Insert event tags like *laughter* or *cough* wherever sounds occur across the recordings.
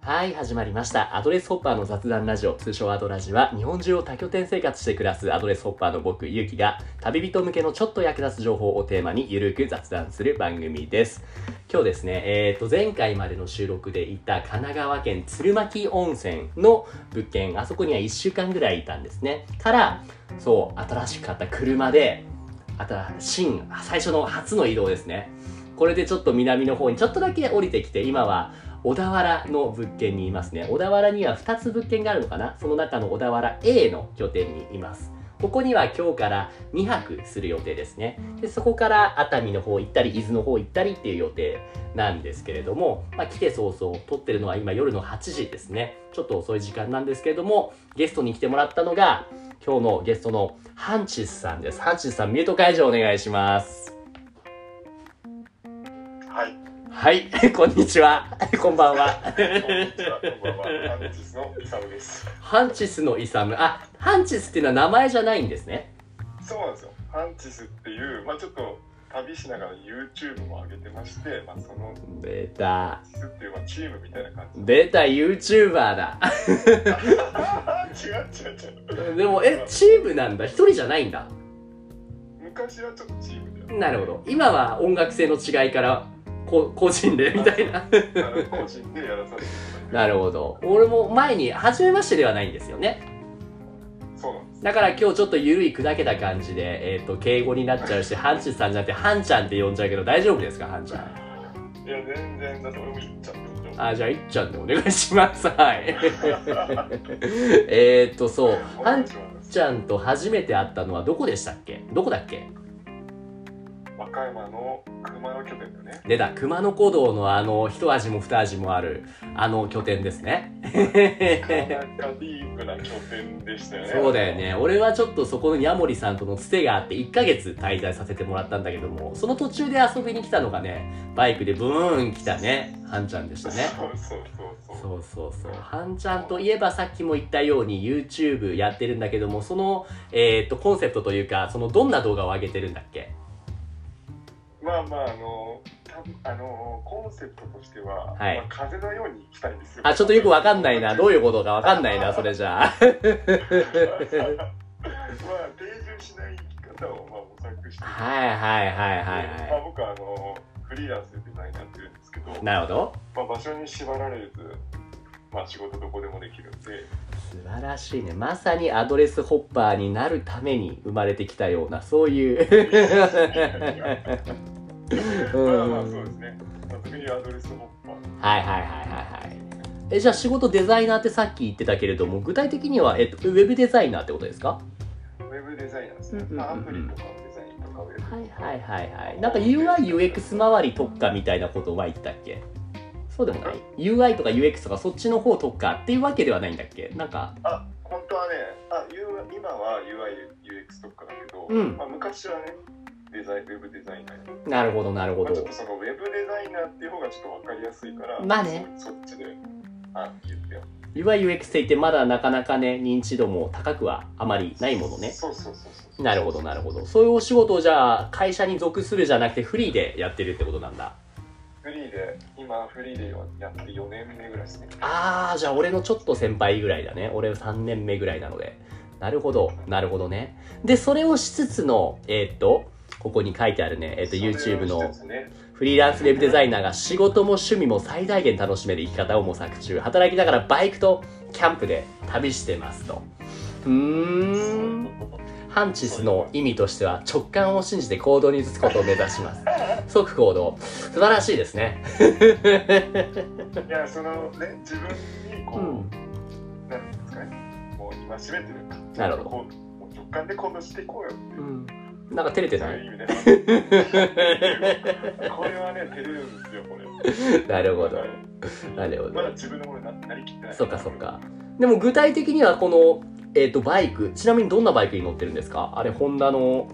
はい、始まりました。アドレスホッパーの雑談ラジオ、通称アドラジは、日本中を多拠点生活して暮らすアドレスホッパーの僕、ゆうきが、旅人向けのちょっと役立つ情報をテーマに、ゆるく雑談する番組です。今日ですね、えっ、と、前回までの収録で行った神奈川県鶴巻温泉の物件、あそこには1週間ぐらいいたんですね。から、そう、新しく買った車で、あとは新、最初の初の移動ですね。これでちょっと南の方にちょっとだけ降りてきて、今は小田原の物件にいますね。小田原には2つ物件があるのかなその中の小田原 A の拠点にいます。ここには今日から2泊する予定ですね。でそこから熱海の方行ったり、伊豆の方行ったりっていう予定なんですけれども、まあ、来て早々、撮ってるのは今夜の8時ですね。ちょっと遅い時間なんですけれども、ゲストに来てもらったのが、今日のゲストのハンチスさんです。ハンチスさん、ミュート解除お願いします。 *laughs* はい。はい、 *laughs* こんにちは。こんばんは。こんにちは、こんばんは。アンチスのイサムです。ハンチスのイサム。あ、ハンチスっていうのは名前じゃないんですね。そうなんですよ。アンチスっていう、まあちょっと旅しながら YouTube も上げてまして、まあその出た。チスっていうまあチームみたいな感じ。出た YouTuber だ。 *laughs* *laughs* 違う違う違う。でも、え、チームなんだ。一人じゃないんだ。昔はちょっとチームで。なるほど。今は音楽性の違いから、こ個人で、みたいな。 *laughs* あの個人でやらさせていただいなるほど。俺も前に、初めましてではないんですよね。て。そうなんです。だから今日ちょっと緩い砕けた感じで、えっ、と、敬語になっちゃうし、ハンチスさんじゃなくて、ハンちゃんって呼んじゃうけど、大丈夫ですか、ハンちゃん。いや、全然だって俺も行っちゃってるけど。あ、じゃあ、いっちゃんでお願いします。はい。 *laughs* えーっと、そう。ハンちゃんと初めて会ったのはどこでしたっけどこだっけ和歌山の熊野拠点で *laughs* ね。出た。熊野古道のあの、一味も二味もある、あの拠点ですね。なかなかディープな拠点でしたよね。そうだよね。俺はちょっとそこのヤモリさんとのつてがあって、1ヶ月滞在させてもらったんだけども、その途中で遊びに来たのがね、バイクでブーン来たね、ハンちゃんでしそたうね。そうそうそう。そうそうそう。ハンちゃんといえばさっきも言ったように YouTube やってるんだけども、その、えーっと、コンセプトというか、そのどんな動画を上げてるんだっけまあまああのたあのコンセプトとしては、はいまあ、風のように行きたいんですよ。あ、ちょっとよくわかんないな。どういう。いうことかわかんないな、それじゃあ。 *laughs* まあ定住しない生き方をまあ模索して。はいはいはいはいまあは僕はあのフリーランスでデザインやってるんですけど、い。なるほど。まあ場所に縛られず、まあ仕事どこでもできるんで、素晴らしいね。まさにアドレスホッパーになるために生まれてきたような、そういう。 *laughs* うんまあまはあいそうですね。まあ、次にアドレスホッパー。はいはいはいはい。え、じゃあ仕事デザイナーってさっき言ってたけれども、具体的には、えっと、ウェブデザイナーってことですかウェブデザイナーですねうんうんう。んまあアプリとかのデザインとかウェブ。はいはいはいはい。なんか UI、UX 周り特化みたいなことは言ったっけそうでもない ?UI とか UX とかそっちの方特化っていうわけではないんだっけなんか、あ本当はねあ U 今は UIUX とかだけど、うんまあ、昔はねデザインウェブデザイナーや、なるほどなるほまあ、ちょっどと。そのウェブデザイナーっていう方がちょっと分かりやすいからまあねそそっちであ言ってよ UI、UX って言ってまだなかなかね、認知度も高くはあまりないものね。そうそうそうそうなるほどなるほどどそういうお仕事をじゃあ会社に属するじゃなくてフリーでやってるってことなんだフリーで今フリーでやって4年目ぐらいですねあーじゃあ俺のちょっと先輩ぐらいだね俺3年目ぐらいなのでなるほどなるほどねでそれをしつつのえーっとここに書いてあるね、えーっと、YouTube それをのしつつねフリーランスウェブデザイナーが仕事も趣味も最大限楽しめる生き方を模索中。働きながらバイクとキャンプで旅してますと。うそうーん。いうことハンチスの意味としては直感を信じて行動に移すことを目指します。即行動。素晴らしいですね。いやそのね自分にこうう、ん。なんていうんですかねもう今締めてるなるほどこうもう直感で行動していこうよっていう、なんか照れてそうないいう意味でこれはね、照れるんですよ、こ *laughs* れ。なるほど。なるほまだど。自分のものになりきってない。そっかそっか。。でも具体的にはこの、えっ、と、バイク。ちなみにどんなバイクに乗ってるんですかあれ、ホンダの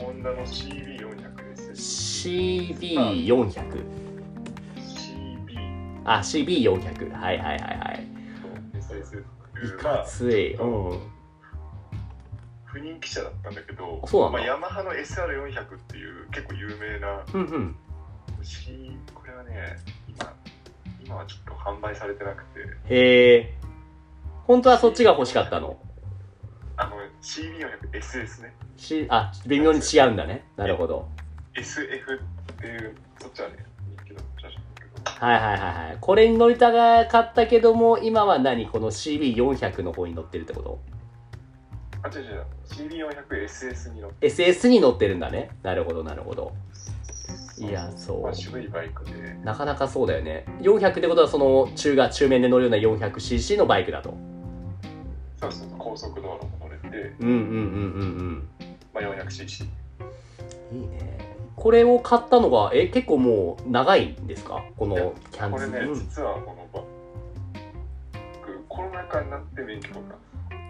ホンダの CB400 です。 CB400。 CB あ、CB400。はいはいはいはい。と SS っいていう、まかあ、つい。うん。不人気車だったんだけど、あそうなんだまあ、ヤマハの SR400 っていう結構有名なうんうん。 C、これはね、今、今はちょっと販売されてなくて、へえ。本当はそっちが欲しかったの。あの、CB400SS ね。し、あ、微妙に違うんだね。なるほど。 SF っていう、そっちはね、人気の写真だけど、はいはいはいはい。これに乗りたかったけども、今は何この CB400 の方に乗ってるってことあ、違う違う、CB400SS に乗って ?SS に乗ってるんだね。なるほどなるほど。ますいや、そまうあ、。渋いバイクで、なかなかそうだよね。400ってことは、その中が中面で乗るような 400cc のバイクだと。そうそうそう、高速道路も乗れて、うんうんうんうんまあ、400cc。うん。いいね。これを買ったのが、え、結構もう長いんですかこのキャンこデれィね、ーうん実はこのバッグ、コロナ禍になって免許とか、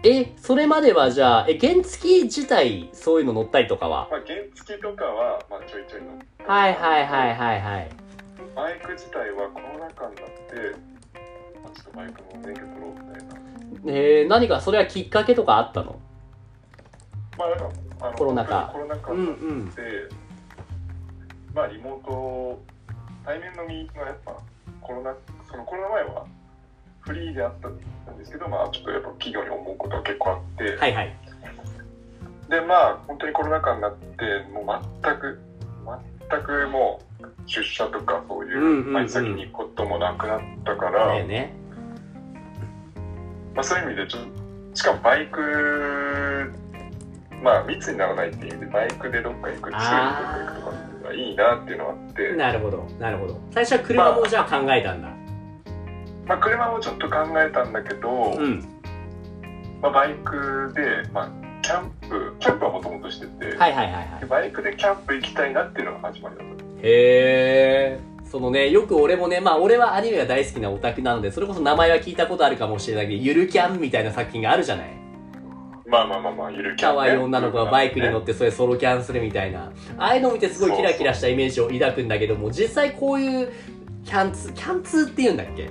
え、それまではじゃあ、え、原付自体、そういうの乗ったりとかはまあ、原付とかは、まあ、ちょいちょい乗って、はいはいはいはいはい。バイク自体はコロナ禍になって、まあ、ちょっとバイクも免許取ろうみたいな。えー、何かそれはきっかけとかあったのまあ、なんかあのコロナ禍コロナ禍うんうん。で、まあ、リモート、対面のみがやっぱ、コロナ、そのコロナ前は、フリーであったんですけど、まあ、ちょっとやっぱ企業に思うことが結構あって、はいはい。で、まあ、本当にコロナ禍になって、もう全く、全くもう、出社とかそういうんうんううんまあ先に行くこともなくなったかそうら、だよね。まあ、そういう意味でちょっとしかもバイクまあ密にならないっていう意味でバイクでどっか行くツーリングとか行くとかっていうのがいいなっていうのがあってなるほど、なるほど。最初は車もじゃあ考えたんだ。まあ、車もちょっと考えたんだけど、うん。まあ、バイクで、まあ、キャンプキャンプはもともとしてて、はいはいはいはいで。バイクでキャンプ行きたいなっていうのが始まりだったへーそのね、よく俺もね、まあ俺はアニメが大好きなオタクなので、それこそ名前は聞いたことあるかもしれないけど、ゆるキャンみたいな作品があるじゃないまあまあまあまあゆるキャン可プ、愛い女の子がバイクに乗っってそれソロキャンするみたいな。ああいうのを見てすごいキラキラしたイメージを抱くんだけども、実際こういうキャンツー、キャンツーって言うんだっけて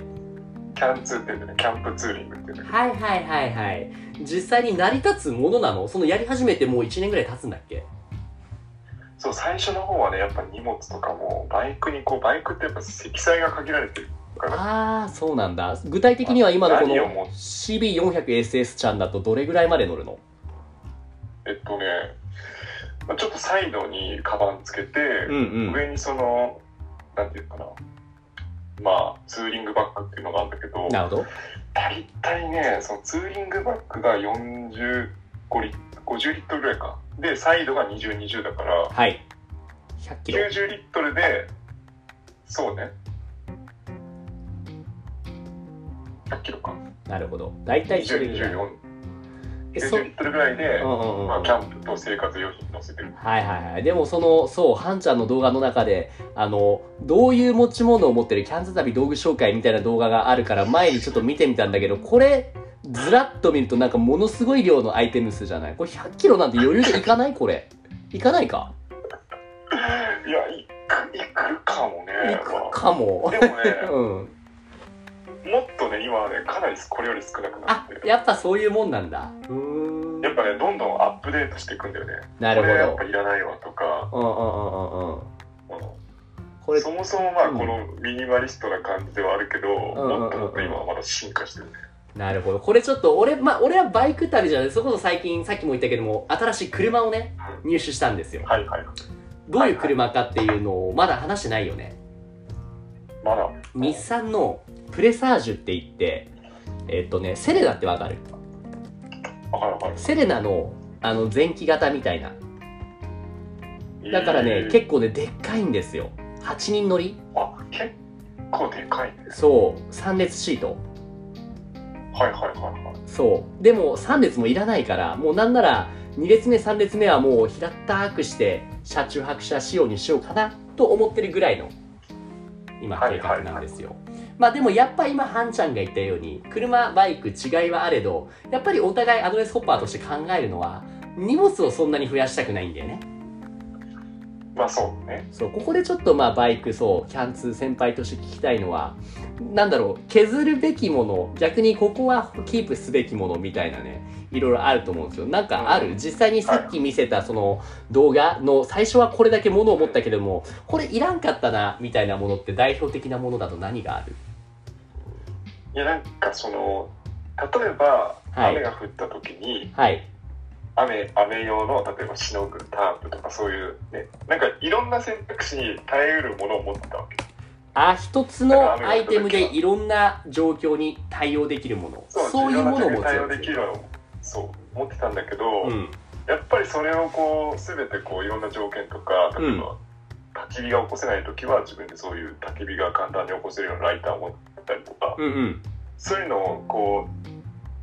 キャンツーっていうんだよねキャンプツーリングっていうんだけどはいはいはいはい。実際に成り立つものなのそのやり始めてもう1年ぐらい経つんだっけそう最初の方はねやっぱ荷物とかもバイクにこうバイクってやっぱ積載が限られてるからああ、そうなんだ。具体的には今のこの何を持っ CB400SS ちゃんだとどれぐらいまで乗るのえっとね、まあ、ちょっとサイドにカバンつけて、うんうん。上にその、なんていうかな、まあ、ツーリングバッグっていうのがあるんだけど、なるほど。大体ね、そのツーリングバッグが45リットル、50リットルぐらいか。で、サイドが20、20だから、はい。100キロ。 90リットルで、そうね、100キロか。なるほど。大体それ20、ぐらい。 24、え、そ、う90んリットルぐらいで、うんうん。まあ、はキいャンプと生活用品乗せてる。はいはい。でもその、そう、ハンちゃんの動画の中で、あの、どういう持ち物を持ってるキャンズ旅道具紹介みたいな動画があるから、前にちょっと見てみたんだけど、これ、ずらっと見るとなんかものすごい量のアイテム数じゃないこれ100キロなんて余裕でいかないこれ。いかないかいや、いく、いくかもね。いまあくかも。で *laughs* もね、うん。もっとね、今はね、かなりこれより少なくなあって、、やっぱそういうもんなんだ。うーんや。っぱね、どんどんアップデートしていくんだよね。なるこれやっほぱいらないわとか、ど。うんうんうんうんうん。うんこれそもそもまあ、うんこのミニマリストな感じではあるけど、うんうんうんもっともっと今はまだ進化してるね。なるほど。これちょっと俺、まあ、俺はバイク旅じゃない。それこそ最近、さっきも言ったけども、新しい車をね、入手したんですよ。はいはい。どういう車かっていうのをまだ話してないよね。まだ。日産のプレサージュって言って、えっとね、セレナってわかるわかるわかるセレナの、あの、前期型みたいな。。だからえね、ー結構ね、でっかいんですよ。8人乗りあ、結構でかいね。そう。3列シート。はいはいはいはい。そう。でも3列もいらないから、もうなんなら2列目3列目はもう平たくして車中泊車仕様にしようかなと思ってるぐらいの今計画なんですよ。まあでもやっぱ今ハンちゃんが言ったように車バイク違いはあれどやっぱりお互いアドレスホッパーとして考えるのは荷物をそんなに増やしたくないんだよね。まあそうね。そうここでちょっとまあバイクそうキャンツー先輩として聞きたいのはなんだろう削るべきもの逆にここはキープすべきものみたいなねいろいろあると思うんですよなんかある実際にさっき見せたその動画の最初はこれだけものを持ったけどもこれいらんかったなみたいなものって代表的なものだと何があるいやなんかその例えばはい雨が降った時に、はい。雨雨用の例えばしのぐタープとかそういうねなんかいろんな選択肢に耐えうるものを持ってたわけあ、一つのアイテムでいろんな状況に対応できるもの。そういうものをいろ持んつな対応やでつきるのをそう持ってたんだけど、うん。やっぱりそれをこう全てこういろんな条件とか例えば、焚き火が起こせない時は自分でそういう焚き火が簡単に起こせるようなライターを持ってたりとか、うんそういうのをこ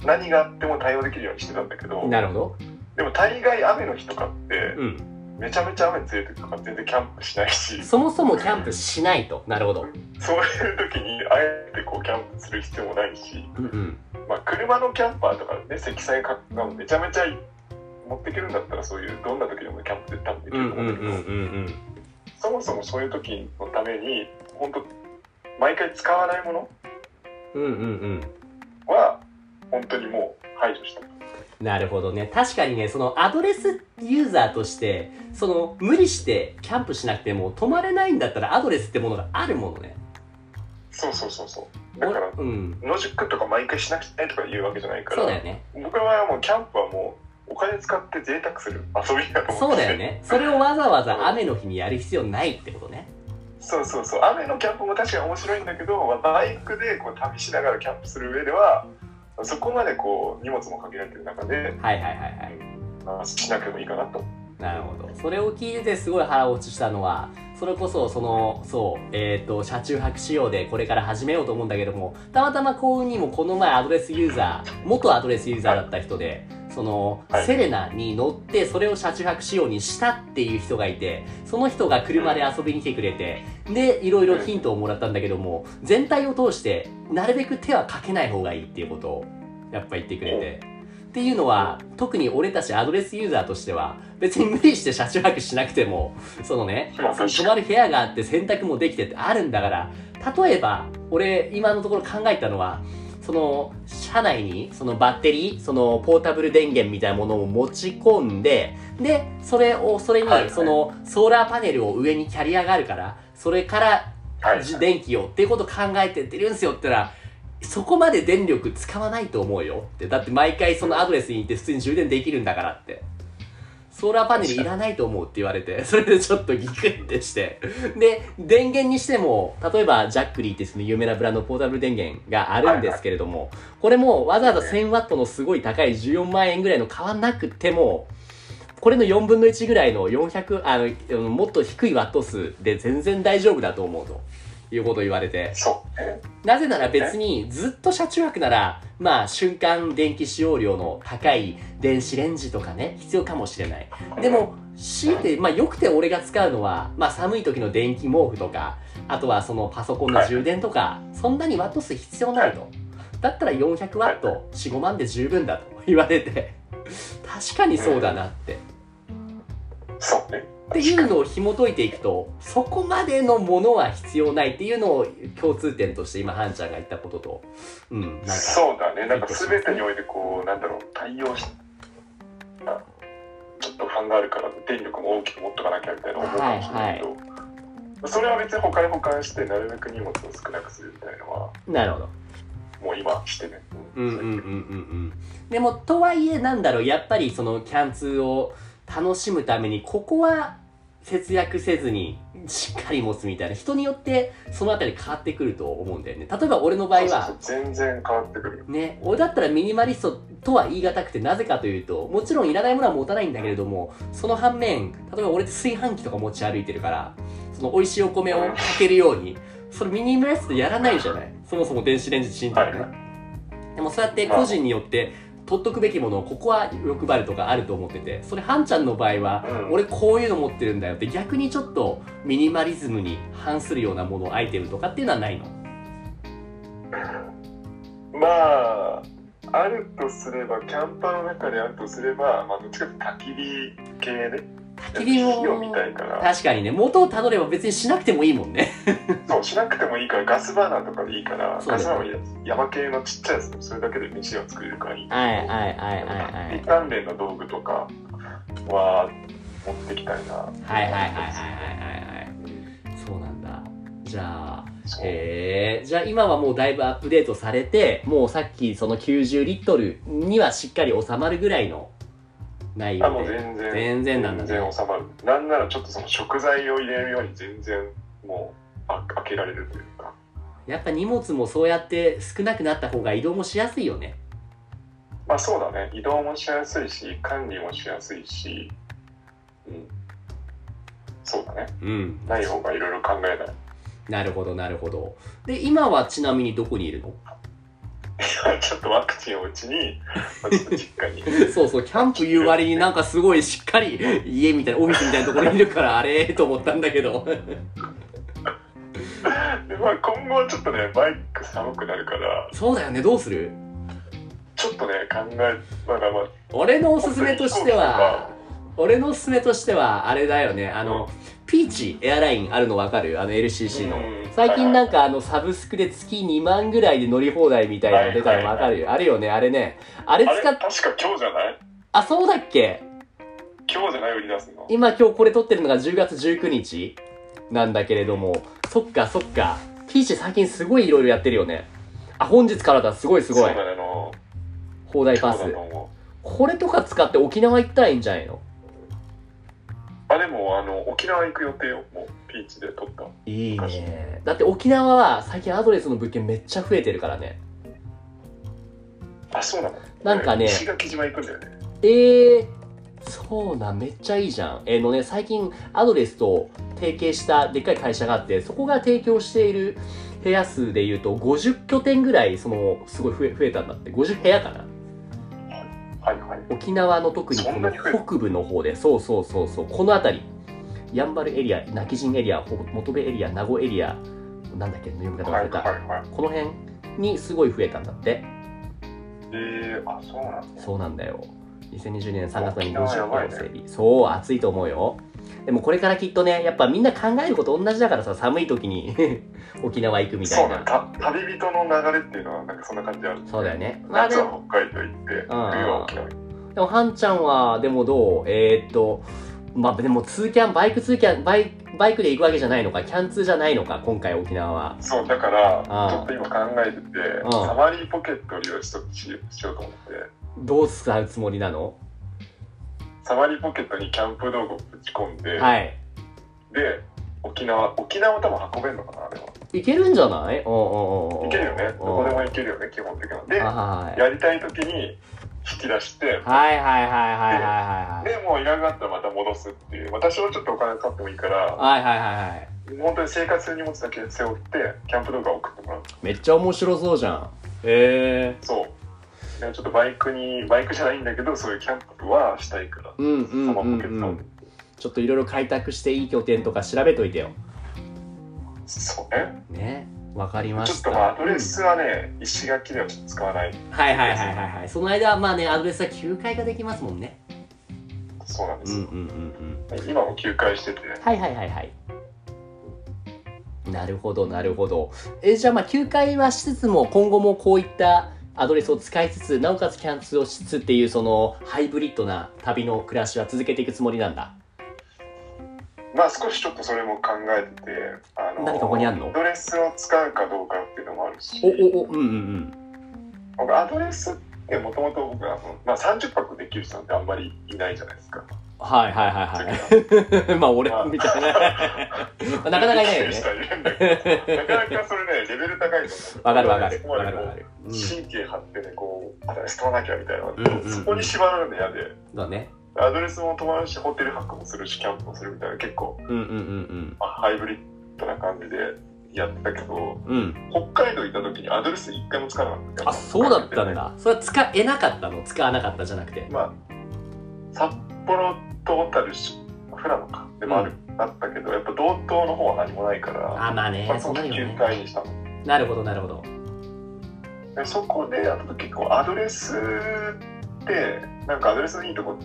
う何があっても対応できるようにしてたんだけうどん。なるほど。でも大概雨の日とかってうん。めちゃめちゃ雨強い時とか全然キャンプしないし *laughs* そもそもキャンプしないと。なるほど。そういう時にあえてこうキャンプする必要もないし、うんうん。まあ、車のキャンパーとかね積載がめちゃめちゃ持ってけるんだったらそういうどんな時でもキャンプで多分できうんるとう思うんんだうけど、んうんそもそもそういう時のために本当毎回使わないものうん。うんうんうん。は本当にもう排除した。なるほどね。確かにね、そのアドレスユーザーとして、その無理してキャンプしなくても泊まれないんだったらアドレスってものがあるものね。そうそうそうそう。おだからうん。野宿とか毎回しなくちゃいとか言うわけじゃないかそうらだよね。僕の場合はもうキャンプはもうお金使って贅沢する遊びだとそ思うってだよね。それをわざわざ雨の日にやる必要ないってことね。そうそうそう雨のキャンプも確かに面白いんだけど、まあ、バイクでこう旅しながらキャンプする上ではそこまでこう荷物も限られてる中で、はいはいはいはい。まあ、しなくてもいいかなとなるほど。それを聞いててすごい腹落ちしたのは、それこそ、その、そう、えっ、と、車中泊仕様でこれから始めようと思うんだけども、たまたま幸運にもこの前アドレスユーザー、元アドレスユーザーだった人で、その、はいセレナに乗ってそれを車中泊仕様にしたっていう人がいて、その人が車で遊びに来てくれて、で、いろいろヒントをもらったんだけども、全体を通して、なるべく手はかけない方がいいっていうことを、やっぱ言ってくれて。っていうのは、特に俺たちアドレスユーザーとしては、別に無理して車中泊しなくても、そのね、まあその泊確かにまる部屋があって洗濯もできてってあるんだから、例えば、俺、今のところ考えたのは、その、車内に、そのバッテリー、そのポータブル電源みたいなものを持ち込んで、で、それを、それにはいはい、その、ソーラーパネルを上にキャリアがあるから、それからはいじ電気をっていうことを考えてってるんですよって言ったら、そこまで電力使わないと思うよって。だって毎回そのアドレスに行って普通に充電できるんだからって。ソーラーパネルいらないと思うって言われて、そ *laughs* れでちょっとギクってして。で、電源にしても、例えばジャックリーってその有名なブランドのポータブル電源があるんですけれども、これもわざわざ1000ワットのすごい高い14万円ぐらいの買わなくても、これの4分の1ぐらいの400、あの、もっと低いワット数で全然大丈夫だと思うということを言われて、そうねなぜなら別にずっと車中泊なら、まあ瞬間電気使用量の高い電子レンジとかね、必要かもしれない。でも、強いて、まあよくて俺が使うのは、まあ寒い時の電気毛布とか、あとはそのパソコンの充電とか、そんなにワット数必要ないと。だったら400ワット、4、5万で十分だと言われて、確かにそうだなって。そうねっていうのを紐解いていくとそこまでのものは必要ないっていうのを共通点として今ハンちゃんが言ったこととうんなんかそうだねなんか全てにおいてこうなんだろう対応しあちょっと不安があるから電力も大きく持っとかなきゃみたいな思うかもしれないけど、それは別に他に保管してなるべく荷物を少なくするみたいなのはなるほどもう今してね、うんうんうんうんうんでもとはいえなんだろうやっぱりそのキャンツーを楽しむためにここは節約せずにしっかり持つみたいな人によってそのあたり変わってくると思うんだよね例えば俺の場合はそうそうそう全然変わってくるよね、俺だったらミニマリストとは言い難くてなぜかというともちろんいらないものは持たないんだけれどもその反面例えば俺って炊飯器とか持ち歩いてるからその美味しいお米を炊けるようにそれミニマリストやらないじゃないそもそも電子レンジチンとかね、はでもそうやって個人によって取っとくべきものをここは欲張るとかあると思っててそれハンちゃんの場合はうん俺こういうの持ってるんだよって逆にちょっとミニマリズムに反するようなものアイテムとかっていうのはないのまああるとすればキャンパーの中であるとすれば、まあ、どっちかというと焚き火系ね焚き火もを見たいから確かにね元をたどれば別にしなくてもいいもんねそうしなくてもいいからガスバーナーとかでいいから、そうガだスよバーナーもいいやつ山系のちっちゃいやつでもそれだけで飯を作れるからいいはいはいはいはいは火い関連の道具とかは持ってきたいなはいはいはいはいはいはいはいそうなんだじゃあそうへえじゃあ今はもうだいぶアップデートされてもうさっきその90リットルにはしっかり収まるぐらいの内あ容もうで全然全然なんだね全然収まるなんならちょっとその食材を入れるように全然もうあ開けられるというかやっぱ荷物もそうやって少なくなった方が移動もしやすいよねまあそうだね移動もしやすいし管理もしやすいしうんそうだねうんない方がいろいろ考えないなるほどなるほどで今はちなみにどこにいるのちょっとワクチンをうちに、まあ、ちょっと実家にそうそうキャンプ言う割になんかすごいしっかり家みたいなオフィスみたいなところにいるからあれと思ったんだけどで、まあ、今後はちょっとねバイク寒くなるからそうだよねどうするちょっとね考えまだまあ俺のおすすめとしては本俺のおすすめとしてはあれだよねあのピーチエアラインあるのわかるあの LCC のうん最近なんかあのサブスクで月2万ぐらいで乗り放題みたいなの出たのわかるよあるよねあれねあれあれ使っ確か今日じゃないあそうだっけ今日じゃない売り出すの今今日これ撮ってるのが10月19日なんだけれどもそっかそっかピーチ最近すごいいろいろやってるよねあ本日からだすごいすごいそうだねあの放題パ今日スだと思これとか使って沖縄行ったらいいんじゃないのうあでもあの沖縄行く予定をもうピーチで取ったいいねだって沖縄は最近アドレスの物件めっちゃ増えてるからねあそうなのなんかね石垣島行くんだよねえー、そうなんめっちゃいいじゃんえーのね最近アドレスと提携したでっかい会社があってそこが提供している部屋数でいうと50拠点ぐらいそのすごい増え増えたんだって50部屋かなはいはい沖縄の特にこそんのなに増える北部の方でそうそうそうそうこの辺りやんばるエリア今帰仁エリアほ元部エリア名護エリアなんだっけ読み方は忘れいた、はいはいこの辺にすごい増えたんだってえー、あそうなのそうなんだよ2020年3月に沖縄や50ば回いのね整理、そう暑いと思うよでもこれからきっとねやっぱみんな考えること同じだからさ寒い時に *laughs* 沖縄行くみたそいうなのなた旅人の流れっていうのはなんかそんな感じあるそうだよねまあで夏もは北海道行って冬は沖縄行ってでも、はんちゃんは、でもどうえーっと、まあ、でも、ツーキャン、バイクツーキャン、バイバイクで行くわけじゃないのか、キャンツーじゃないのか、今回沖縄は。そうだからあーちょっと今考えててんサマリーポケットを利用しとししようと思ってどう使うつもりなのサマリーポケットにキャンプ道具をぶち込んで、はい。で沖縄沖縄多分運べるのかなあれは行けるんじゃないおうんうんうんうん。いけるよねどこでも行けるよね基本的にはではいやりたい時に引き出してはいはいはいはいはいはいはい。でもういらなかったらまた戻すっていう私はちょっとお金使ってもいいからはいはいはいはい。本当に生活用荷物だけ背負ってキャンプ道具を送ってもらうめっちゃ面白そうじゃん。へえ。そうでちょっとバイクにバイクじゃないんだけどそういうキャンプはしたいからうんサうんマうーポケんッうトをん。ちょっといろいろ開拓していい拠点とか調べといてよ。そうねね。わかりまちょっした。とまあアドレスはね石垣ではちょっと使わないはいはいはいはいはい。その間はまあね、アドレスは休会ができますもんね。そうなんうでんすうんうんうん。今も休会しててはいはいはいはい。なるほどなるほど。えじゃあまあ休会はしつつも今後もこういったアドレスを使いつつなおかつキャンツをしつつっていうそのハイブリッドな旅の暮らしは続けていくつもりなんだ。まあ少しちょっとそれも考えててあの何かここにあんのアドレスを使うかどうかっていうのもあるしおおおうんうん僕アドレスってもともと僕はあの、まあ、30泊できる人なんてあんまりいないじゃないですかうん。はいはいはいはい。 *laughs* まあ俺みたい *laughs* な。まあなかなかいないよでねきて。る人はいるんだけどなかなかそれねレベル高いと思う *laughs* わかるわかそる。こまわでかるわこうかる。うん。神経張ってねこうアドレス取らなきゃみたいな、んうんそこに縛られるの嫌でだね。アドレスも泊まるしホテル泊もするしキャンプもするみたいな結構、うんうんうんまあ、ハイブリッドな感じでやってたけどうん。うん。北海道行った時にアドレス一回も使わなかったあそうだったんだ。それは使えなかったの使わなかったじゃなくて。まあ札幌と小樽し富良野かでもある、あったけどやっぱ道東の方は何もないからあまあねまあ、そうなるよ9ね。回にしたのなるほどなるほど。でそこであと結構アドレスってなんかアドレスのいいとこって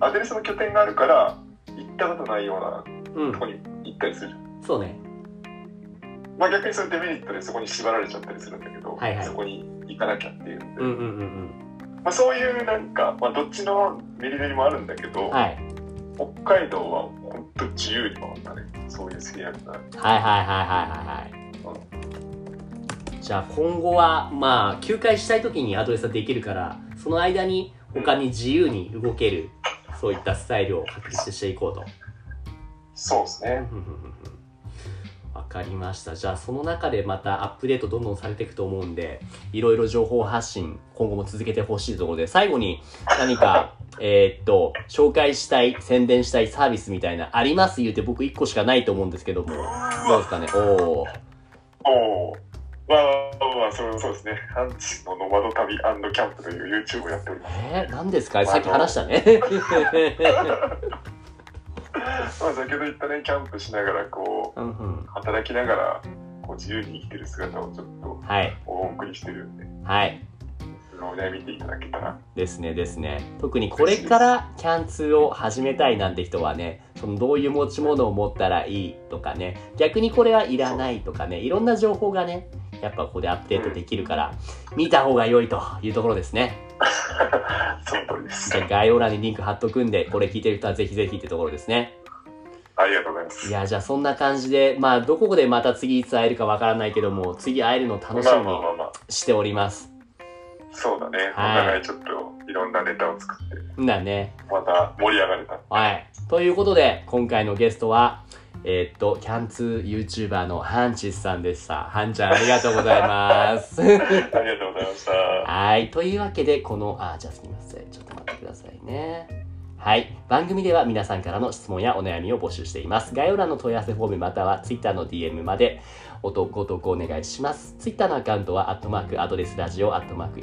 アドレスの拠点があるから行ったことないよううなとん。こに行ったりするじゃんそうね。まあ逆にそれデメリットでそこに縛られちゃったりするんだけど、はいはいそこに行かなきゃっていうので、うんうんうんまあ、そういうなんか、まあ、どっちのメリデリもあるんだけど、うん。はい。北海道は本当自由に回ったねそういう制約がはいはいはいはいはいはい。じゃあ今後はまあ休会したい時にアドレスはできるからその間に他に自由に動けるそういったスタイルを確立していこうと。そうですね。うんうんうんうんわかりました。じゃあその中でまたアップデートどんどんされていくと思うんで、いろいろ情報発信今後も続けてほしいところで、最後に何か、 *laughs* えーっと、紹介したい、宣伝したいサービスみたいなあります言うて僕1個しかないと思うんですけども、どうですかね。おー。おお。まあまあまあ、そうそうですね。ハンチのノマド旅キャンプという YouTube をやっております。えー、何ですかさっき話したね。まあ、先ほど言ったね、キャンプしながら、こ *laughs* うんうんう、働きながら、こう自由に生きてる姿をちょっとはい。お送りしてるんで、はい。それをね、見ていただけたら。 *laughs* ですねですね特にこれからキャンツーを始めたいなんて人はねそのどういう持ち物を持ったらいいとかね逆にこれはいらないとかねいろんな情報がねやっぱここでアップデートできるから見た方が良いというところですねその通りですじ。ゃあ概要欄にリンク貼っとくんでこれ聞いてる人はぜひぜひってところですねありがとうございます。いやじゃあそんな感じでまあどこでまた次いつ会えるかわからないけども次会えるの楽しまあみまあまにあまあ、しておりますそうだね。おはい互いちょっといろんなネタを作って、だねまた盛り上 *laughs* がれた。はい。ということで、今回のゲストは、えーっと、キャンツー YouTuber のハンチスさんでした。ハンちゃん、ありがとうございます。ありがとうございました。はい。というわけで、この、あ、じゃあすみません。ちょっと待ってくださいね。はい。番組では皆さんからの質問やお悩みを募集しています。概要欄の問い合わせフォームまたは Twitter の DM までおとご投稿お願いします。Twitter のアカウントは、アットマーク、アドレスラジオ、アットマーク、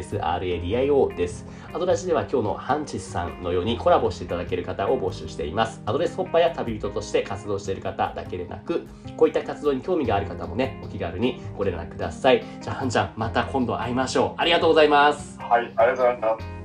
ADDRESSRADIO です。アドラジでは今日のハンチスさんのようにコラボしていただける方を募集しています。アドレスホッパーや旅人として活動している方だけでなく、こういった活動に興味がある方もね、お気軽にご連絡ください。じゃあ、ハンちゃん、また今度会いましょう。ありがとうございます。はい、ありがとうございました。